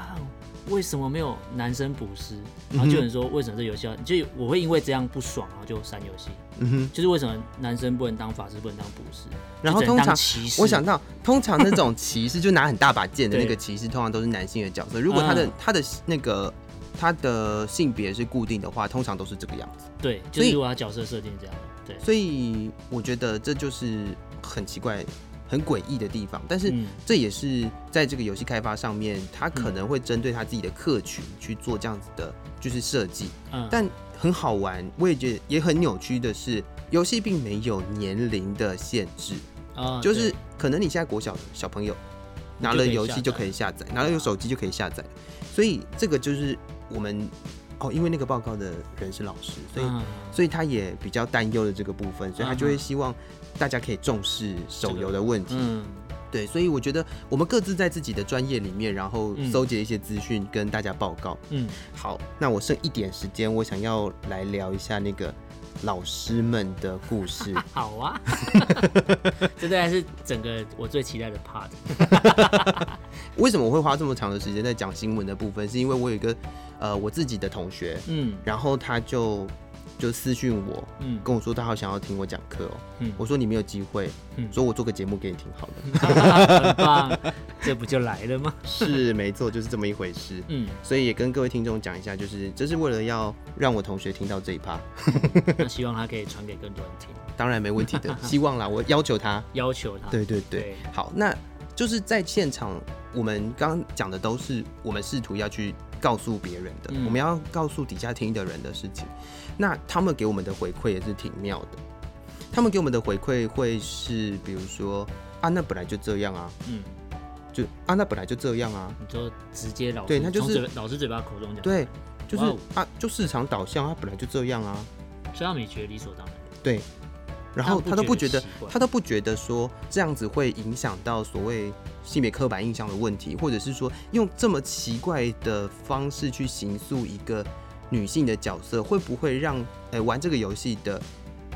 S3: 为什么没有男生补师？然后就有人说为什么这游戏要？就我会因为这样不爽，然后就删游戏。
S1: 嗯哼。
S3: 就是为什么男生不能当法师，不能当补师，
S1: 然后
S3: 就只能
S1: 通常
S3: 当骑士。
S1: 我想到，通常那种骑士就拿很大把剑 的那个
S3: 对
S1: 骑士，通常都是男性的角色。如果他的、
S3: 嗯
S1: 他的那个他的性别是固定的话，通常都是这个样子。
S3: 对，
S1: 所
S3: 就
S1: 以
S3: 是我要角色设定这样。对，
S1: 所以我觉得这就是很奇怪、很诡异的地方。但是
S3: 嗯
S1: 这也是在这个游戏开发上面，他可能会针对他自己的客群去做这样子的，就是设计。
S3: 嗯，
S1: 但很好玩，我也觉得也很扭曲的是，游戏并没有年龄的限制。
S3: 啊
S1: 就是
S3: 对
S1: 可能你现在国小小朋友
S3: 你就
S1: 拿
S3: 可
S1: 了
S3: 以
S1: 游
S3: 下
S1: 戏就
S3: 载啊
S1: 可以下载，拿了有手机就可以下载，所以这个就是我们哦，因为那个报告的人是老师，所以、
S3: 嗯
S1: 所以他也比较担忧的这个部分，所以他就会
S3: 嗯哼
S1: 希望大家可以重视手游的问题。
S3: 嗯，
S1: 对，所以我觉得我们各自在自己的专业里面，然后
S3: 嗯
S1: 搜集一些资讯跟大家报告。
S3: 嗯，
S1: 好，那我剩一点时间，我想要来聊一下那个老师们的故事。
S3: 好 啊，这当然是整个我最期待的 part。
S1: 为什么我会花这么长的时间在讲新闻的部分？是因为我有一个呃我自己的同学，
S3: 嗯
S1: 然后他就就私讯我，
S3: 嗯
S1: 跟我说他好想要听我讲课哦。
S3: 嗯
S1: 我说你没有机会，
S3: 嗯
S1: 说我做个节目给你听好了。
S3: 很棒，这不就来了吗？
S1: 是没错，就是这么一回事。
S3: 嗯，
S1: 所以也跟各位听众讲一下，就是这是为了要让我同学听到这一趴，
S3: 那希望他可以传给更多人听，
S1: 当然没问题的，希望啦，我要求他。
S3: 要求他。
S1: 对对对，
S3: 对
S1: 好，那就是在现场，我们刚刚讲的都是我们试图要去告诉别人的，
S3: 嗯
S1: 我们要告诉底下听的人的事情。那他们给我们的回馈也是挺妙的，他们给我们的回馈会是，比如说啊，那本来就这样啊，
S3: 嗯，
S1: 就啊，那本来就这样啊，
S3: 你就直接老师
S1: 对那就是
S3: 从嘴巴老师嘴巴口中讲，，
S1: 对，就是
S3: 哇哦
S1: 啊，就市场导向，啊，本来就这样啊，
S3: 所以他们也觉得理所当然。
S1: 对。然后他
S3: 他
S1: 都
S3: 们
S1: 不
S3: 不
S1: 觉
S3: 觉
S1: 得
S3: 得奇怪，
S1: 他都不觉得说这样子会影响到所谓性别刻板印象的问题，或者是说用这么奇怪的方式去形塑一个女性的角色，会不会让呃玩这个游戏的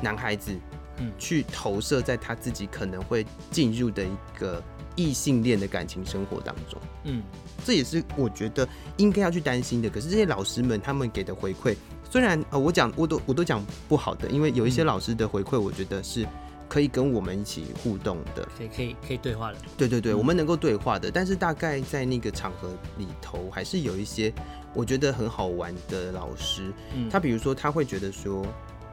S1: 男孩子，
S3: 嗯
S1: 去投射在他自己可能会进入的一个异性恋的感情生活当中？
S3: 嗯，
S1: 这也是我觉得应该要去担心的。可是这些老师们他们给的回馈，虽然呃我讲我都我都讲不好的，因为有一些
S3: 嗯
S1: 老师的回馈，我觉得是可以跟我们一起互动的。
S3: 可以可以可以对话了。
S1: 对对对，
S3: 嗯
S1: 我们能够对话的，但是大概在那个场合里头，还是有一些我觉得很好玩的老师，
S3: 嗯，
S1: 他
S3: 他
S1: 比如说他会觉得说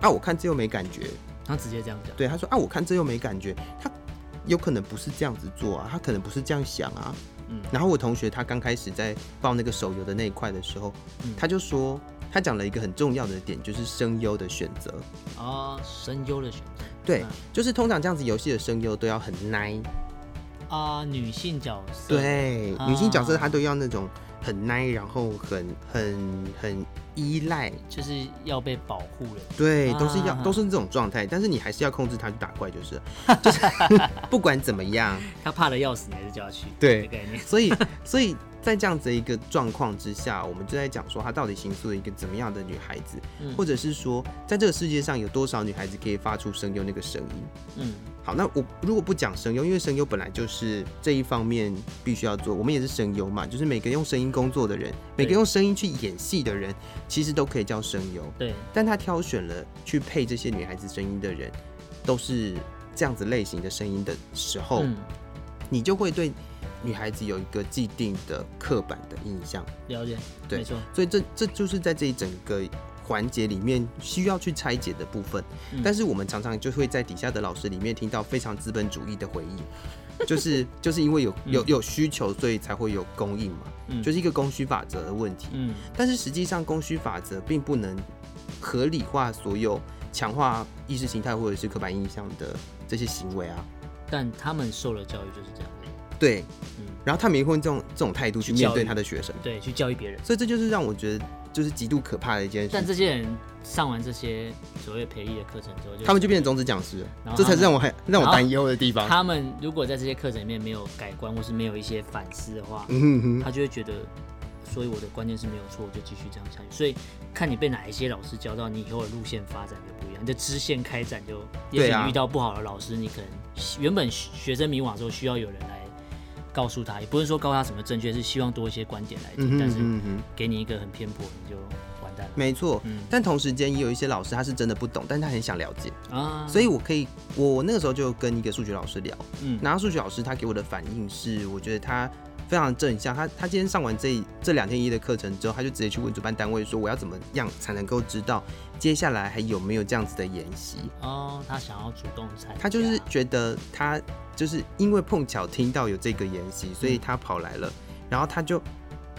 S1: 啊我看这又没感觉，
S3: 他直接这样讲，
S1: 对他说啊我看这又没感觉，他有可能不是这样子做啊，他可能不是这样想啊，
S3: 嗯
S1: 然后我同学他刚开始在报那个手游的那一块的时候，
S3: 嗯
S1: 他就说他讲了一个很重要的点，就是声优的选择。
S3: 哦，声优的选择，
S1: 对，
S3: 嗯
S1: 就是通常这样子游戏的声优都要很奶，
S3: 啊，女性角色，，
S1: 对，
S3: 啊
S1: 女性角色她都要那种很奶，然后很很很依赖，
S3: 就是要被保护了。
S1: 对，都是要、
S3: 啊
S1: 都是这种状态，但是你还是要控制他去打怪，就是了 就是不管怎么样，
S3: 他怕的要死，你还是叫他去。
S1: 对
S3: 这个概念。
S1: 所以，所以在这样子一个状况之下，我们就在讲说，她到底形塑了一个怎么样的女孩子，
S3: 嗯
S1: 或者是说，在这个世界上有多少女孩子可以发出声优那个声音？
S3: 嗯
S1: 好，那我如果不讲声优，因为声优本来就是这一方面必须要做，我们也是声优嘛，就是每个用声音工作的人，每个用声音去演戏的人，其实都可以叫声优。
S3: 对，
S1: 但他挑选了去配这些女孩子声音的人，都是这样子类型的声音的时候，
S3: 嗯，
S1: 你就会对女孩子有一个既定的刻板的印象，
S3: 了解，
S1: 对
S3: 没错，
S1: 所以这这就是在这一整个环节里面需要去拆解的部分。
S3: 嗯
S1: 但是我们常常就会在底下的老师里面听到非常资本主义的回应，就是就是因为有有有需求，所以才会有供应嘛，
S3: 嗯
S1: 就是一个供需法则的问题。
S3: 嗯
S1: 但是实际上，供需法则并不能合理化所有强化意识形态或者是刻板印象的这些行为啊。
S3: 但他们受了教育就是这样子，
S1: 对，
S3: 嗯，
S1: 然后他们也会用这种这种态度去面
S3: 去教
S1: 对
S3: 育
S1: 他的学生。
S3: 对，去教育别人。
S1: 所以这就是让我觉得就是极度可怕的一件事
S3: 但
S1: 情。
S3: 这些人上完这些所谓培力的课程之后，就
S1: 他们就变成种子讲师了
S3: 然，后
S1: 这才
S3: 他
S1: 是
S3: 们
S1: 让我很让我
S3: 然后
S1: 担忧的地方。
S3: 他们如果在这些课程里面没有改观，或是没有一些反思的话，
S1: 嗯哼哼，
S3: 他就会觉得，所以我的观念是没有错，我就继续这样下去。所以看你被哪一些老师教到，你以后的路线发展就不一样，你的支线开展就，也
S1: 对
S3: 许
S1: 啊
S3: 你遇到不好的老师，你可能原本学生迷惘的时候需要有人来告诉他，也不是说告诉他什么正确，是希望多一些观点来
S1: 嗯
S3: 听。
S1: 哼嗯
S3: 但是
S1: 哼嗯哼，
S3: 给你一个很偏颇，你就完蛋了。
S1: 没错。
S3: 嗯
S1: 但同时间也有一些老师他是真的不懂，但他很想了解，
S3: 啊，
S1: 所
S3: 以
S1: 以我可以，我那个时候就跟一个数学老师聊，
S3: 嗯
S1: 然后数学老师他给我的反应是，我觉得他非常正向。他他今天上完这这两天一夜的课程之后，他就直接去问主办单位说，我要怎么样才能够知道接下来还有没有这样子的研习？
S3: 哦，他想要主动参加，
S1: 他就是觉得他就是因为碰巧听到有这个研
S3: 嗯
S1: 习，所以他跑来了，然后他就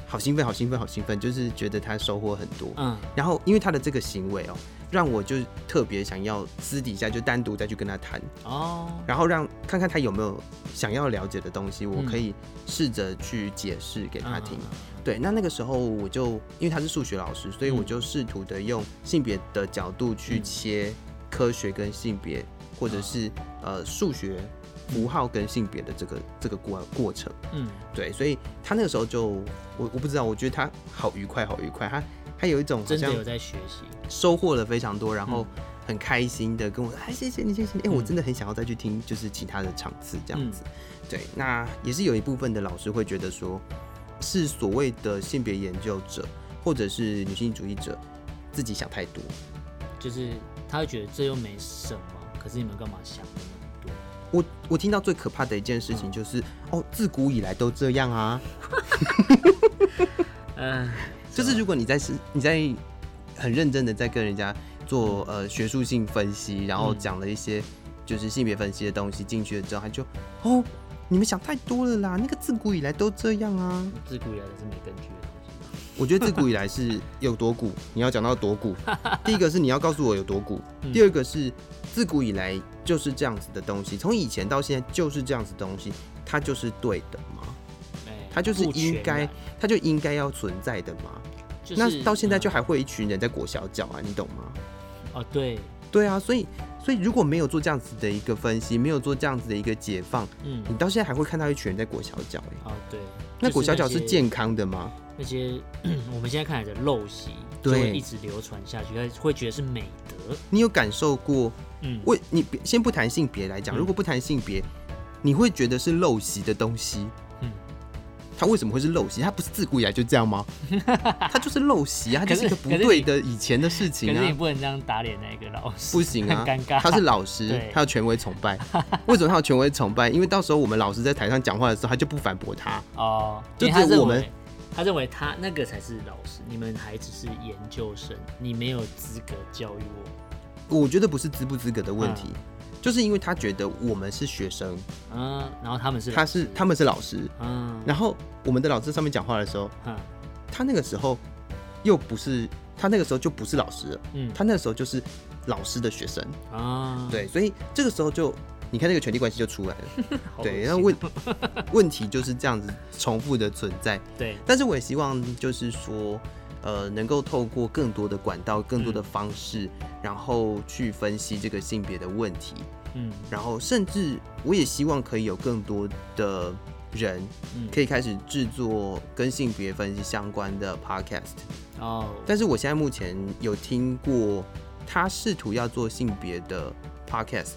S1: 好兴奋，好兴奋，好兴奋，就是觉得他收获很多。
S3: 嗯
S1: 然后因为他的这个行为哦，让我就特别想要私底下就单独再去跟他谈。
S3: 哦
S1: 然后让看看他有没有想要了解的东西，我
S3: 嗯
S1: 可以试着去解释给他听。
S3: 嗯嗯嗯
S1: 对，那那个时候我就因为他是数学老师，所以
S3: 嗯
S1: 我就试图的用性别的角度去
S3: 嗯
S1: 切科学跟性别，或者
S3: 啊
S1: 是呃数学符号跟性别的这个这个过过程。
S3: 嗯
S1: 对，所以他那个时候就我我不知道，我觉得他好愉快，好愉快，他他有一种
S3: 嗯，
S1: 好
S3: 真
S1: 像
S3: 的有在学习，
S1: 收获了非常多，然后很开心的跟我说：“哎，谢谢你，谢谢你。”哎，我
S3: 嗯
S1: 真的很想要再去听，就是其他的场次这样
S3: 嗯
S1: 子。对，那也是有一部分的老师会觉得说，是所谓的性别研究者或者是女性主义者自己想太多。
S3: 就是他会觉得这又没什么，可是你们干嘛想那么多？
S1: 我我听到最可怕的一件事情就是，哦，自古以来都这样啊。
S3: 嗯，
S1: 就是如果你在是你在很认真的在跟人家做呃学术性分析，然后
S3: 嗯
S1: 讲了一些就是性别分析的东西进去了之后，他就哦，你们想太多了啦，那个自古以来都这样啊。
S3: 自古以来都是没根据的东西。
S1: 我觉得自古以来是有多古，你要讲到多 古，第一个是你要告诉我有多古，
S3: 嗯
S1: 第二个是自古以来就是这样子的东西，从以前到现在就是这样子的东西，它就是对的吗？
S3: 哎
S1: 它就是
S3: 不全
S1: 应该
S3: 然，
S1: 它就应该要存在的吗？
S3: 就是
S1: 那到现在就
S3: 嗯
S1: 还会有一群人在裹小脚啊，你懂吗？
S3: 哦对，
S1: 对啊，所以所以如果没有做这样子的一个分析，没有做这样子的一个解放，
S3: 嗯
S1: 你到现在还会看到一群人在裹小脚、欸，
S3: 哦对，
S1: 那
S3: 就是
S1: 裹小脚是
S3: 些
S1: 健康的吗？
S3: 那些 我们现在看来的陋习，就
S1: 对
S3: 会一直流传下去，会会觉得是美德。
S1: 你有感受过？
S3: 嗯，
S1: 为你别先不谈性别来讲，
S3: 嗯
S1: 如果不谈性别，你会觉得是陋习的东西。
S3: 嗯，
S1: 它为什么会是陋习？它不是自古以来就这样 吗？它就是陋习啊，它就
S3: 可
S1: 是是一个不
S3: 可是
S1: 对
S3: 你
S1: 的以前的事情
S3: 可是你
S1: 啊，
S3: 不能这样打脸那个老师，
S1: 不行啊
S3: 很，尴尬。
S1: 他是老师
S3: 对，
S1: 他有权威崇拜。为什么他有权威崇拜？因为到时候我们老师在台上讲话的时候，他就不反驳他。
S3: 哦，
S1: 就
S3: 因为他
S1: 只有
S3: 认
S1: 我们
S3: 为他认为他那个才是老师，你们还只是研究生，你没有资格教育我。
S1: 我觉得不是资不资格的问题，就是因为他觉得我们是学生，
S3: 嗯，然后他们是
S1: 他是他
S3: 们，
S1: 们是老师，
S3: 嗯，
S1: 然后我们的老师在上面讲话的时候，
S3: 嗯
S1: 他那个时候又不是他那个时候就不是老师了，
S3: 嗯，
S1: 他那个时候就是老师的学生，
S3: 啊，
S1: 对，所以这个时候就你看那个权力关系就出来了，
S3: 好恶心，啊
S1: 对，然后问问题就是这样子重复的存在，
S3: 对，
S1: 但是我也希望就是说，呃，能够透过更多的管道、更多
S3: 嗯
S1: 的方式，然后去分析这个性别的问题，
S3: 嗯
S1: 然后甚至我也希望可以有更多的人
S3: 嗯，
S1: 可以开始制作跟性别分析相关的 podcast。
S3: 哦，
S1: 但是我现在目前有听过他试图要做性别的 podcast，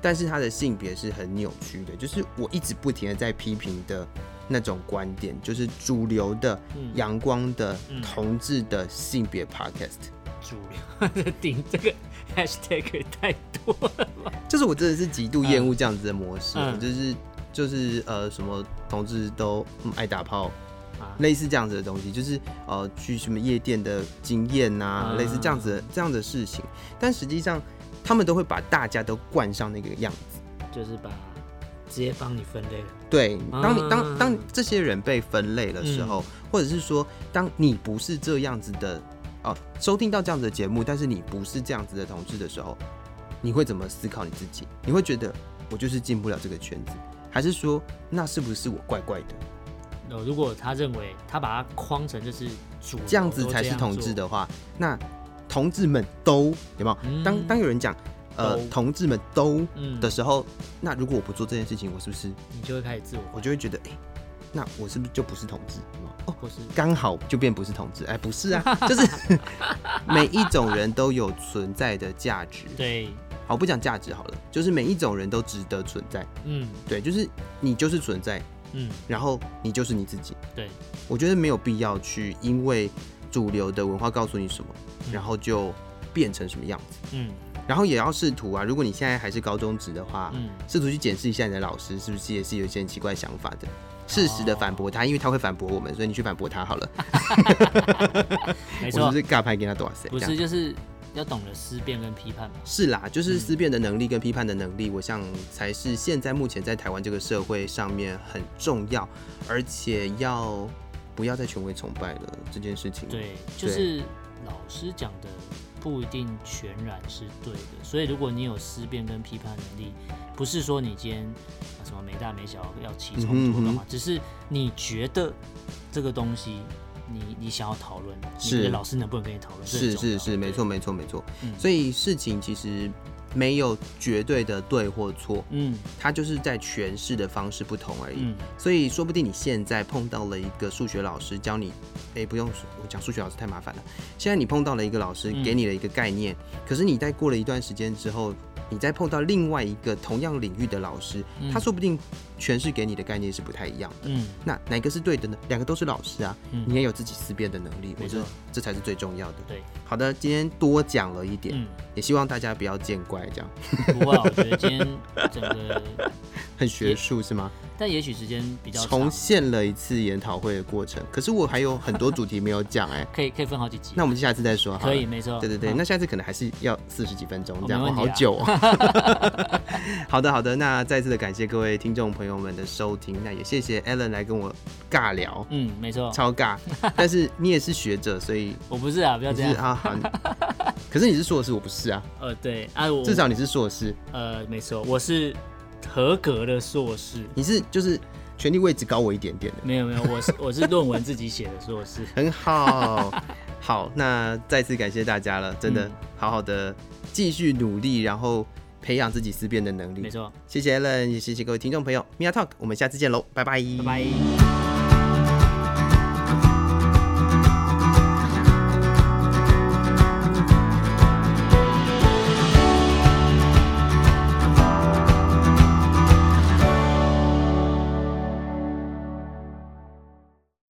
S1: 但是他的性别是很扭曲的，就是我一直不停的在批评的那种观点，就是主流的、
S3: 嗯
S1: 阳光的、
S3: 嗯
S1: 同志的性别 podcast。
S3: 主流这顶这个 hashtag 也太多了吧？
S1: 就是我真的是极度厌恶这样子的模式，
S3: 嗯
S1: 就是就是呃什么同志都、嗯爱打炮，
S3: 啊
S1: 类似这样子的东西，就是呃去什么夜店的经验呐、
S3: 啊
S1: 类似这样子的这样的事情。但实际上，他们都会把大家都冠上那个样子。
S3: 就是把直接帮你分类了。
S1: 对，当你
S3: 啊嗯
S1: 当当这些人被分类的时候，或者是说，当你不是这样子的哦、收听到这样子的节目，但是你不是这样子的同志的时候，你会怎么思考你自己？你会觉得我就是进不了这个圈子，还是说那是不是我怪怪的？
S3: 呃，如果他认为他把它框成就是主流
S1: 这样子
S3: 都
S1: 才是
S3: 样
S1: 同志
S3: 做，
S1: 的话，那同志们都有没有？
S3: 嗯
S1: 当当有人讲呃
S3: 都
S1: 同志们都
S3: 嗯
S1: 的时候，那如果我不做这件事情，我是不是
S3: 你就会开始自我怀疑，
S1: 我就会觉得，哎、那我是不是就不是同志？有没有哦，
S3: 或是
S1: 刚好就变不是同志？哎，不是 啊，就是 每一种人都有存在的价值。
S3: 对，
S1: 好，不讲价值好了，就是每一种人都值得存在。
S3: 嗯
S1: 对，就是你就是存在，
S3: 嗯，
S1: 然后你就是你自己。
S3: 对，
S1: 我觉得没有必要去因为主流的文化告诉你什么，然后就变成什么样子。
S3: 嗯
S1: 然后也要试图啊，如果你现在还是高中职的话，
S3: 嗯，
S1: 试图去检视一下你的老师是不是也是有一些很奇怪想法的，适时的反驳他，因为他会反驳我们，所以你去反驳他好了。
S3: 没
S1: 我是
S3: 错
S1: 不，是尬拍给他多少岁？
S3: 不
S1: 这样嗯
S3: 是就是要懂得思辨跟批判嘛。
S1: 是啦，
S3: 嗯
S1: 就是思辨的能力跟批判的能力，我想才是现在目前在台湾这个社会上面很重要，而且要不要再权威崇拜了这件事情。
S3: 对，就是老师讲的不一定全然是对的，所以如果你有思辨跟批判能力，不是说你今天呃什么没大没小要起冲
S1: 嗯
S3: 突
S1: 哼
S3: 干
S1: 嗯
S3: 嘛，只是你觉得这个东西你你想要讨论，你
S1: 是
S3: 的老师能不能跟你讨论？这很
S1: 是
S3: 重要
S1: 是是，没错，没错没错。
S3: 嗯
S1: 所以事情其实没有绝对的对或错，
S3: 嗯
S1: 它就是在诠释的方式不同而已。
S3: 嗯
S1: 所以说不定你现在碰到了一个数学老师教你，哎、不用我讲数学老师太麻烦了。现在你碰到了一个老师
S3: 嗯
S1: 给你了一个概念，可是你在过了一段时间之后，你再碰到另外一个同样领域的老师，
S3: 嗯
S1: 他说不定诠释给你的概念是不太一样的。
S3: 嗯
S1: 那哪个是对的呢？两个都是老师啊，
S3: 嗯
S1: 你也有自己思辨的能力，我
S3: 没
S1: 觉得
S3: 错
S1: 这才是最重要的。
S3: 对，
S1: 好的，今天多讲了一点，
S3: 嗯，
S1: 也希望大家不要见怪，这样
S3: 不过啊我觉得今天整个，
S1: 很学术是吗？
S3: 但也许时间比较
S1: 重
S3: 长，
S1: 现了一次研讨会的过程，可是我还有很多主题没有讲 哎、
S3: 可以可以分好几集，啊
S1: 那我们就下次再啊说好了。
S3: 可以，没错，
S1: 对对对，
S3: 嗯
S1: 那下次可能还是要四十几分钟
S3: 哦
S1: 这样，
S3: 没
S1: 哦，
S3: 问题
S1: 好
S3: 啊
S1: 久哦。 好的好的，那再次的感谢各位听众朋友们的收听，那也谢谢 Alan 来跟我尬聊，
S3: 嗯，没错，
S1: 超 尬。但是你也是学者，所以
S3: 我不是啊，不要
S1: 你
S3: 这
S1: 是
S3: 样，
S1: 啊好，你可是你是硕士，我不是啊，
S3: 呃，对啊，我
S1: 至少你是硕士，
S3: 呃，没错，我是合格的硕士，
S1: 你是就是权力位置高我一点点的。
S3: 没有没有，我是我是论文自己写的 硕士，
S1: 很好，好，那再次感谢大家了，真的，
S3: 嗯
S1: 好好的继续努力，然后培养自己思辨的能
S3: 没
S1: 力。
S3: 错，
S1: 谢谢 Allen，也谢谢各位听众朋友，Mia Talk，我们下次见喽，拜拜，拜
S3: 拜拜。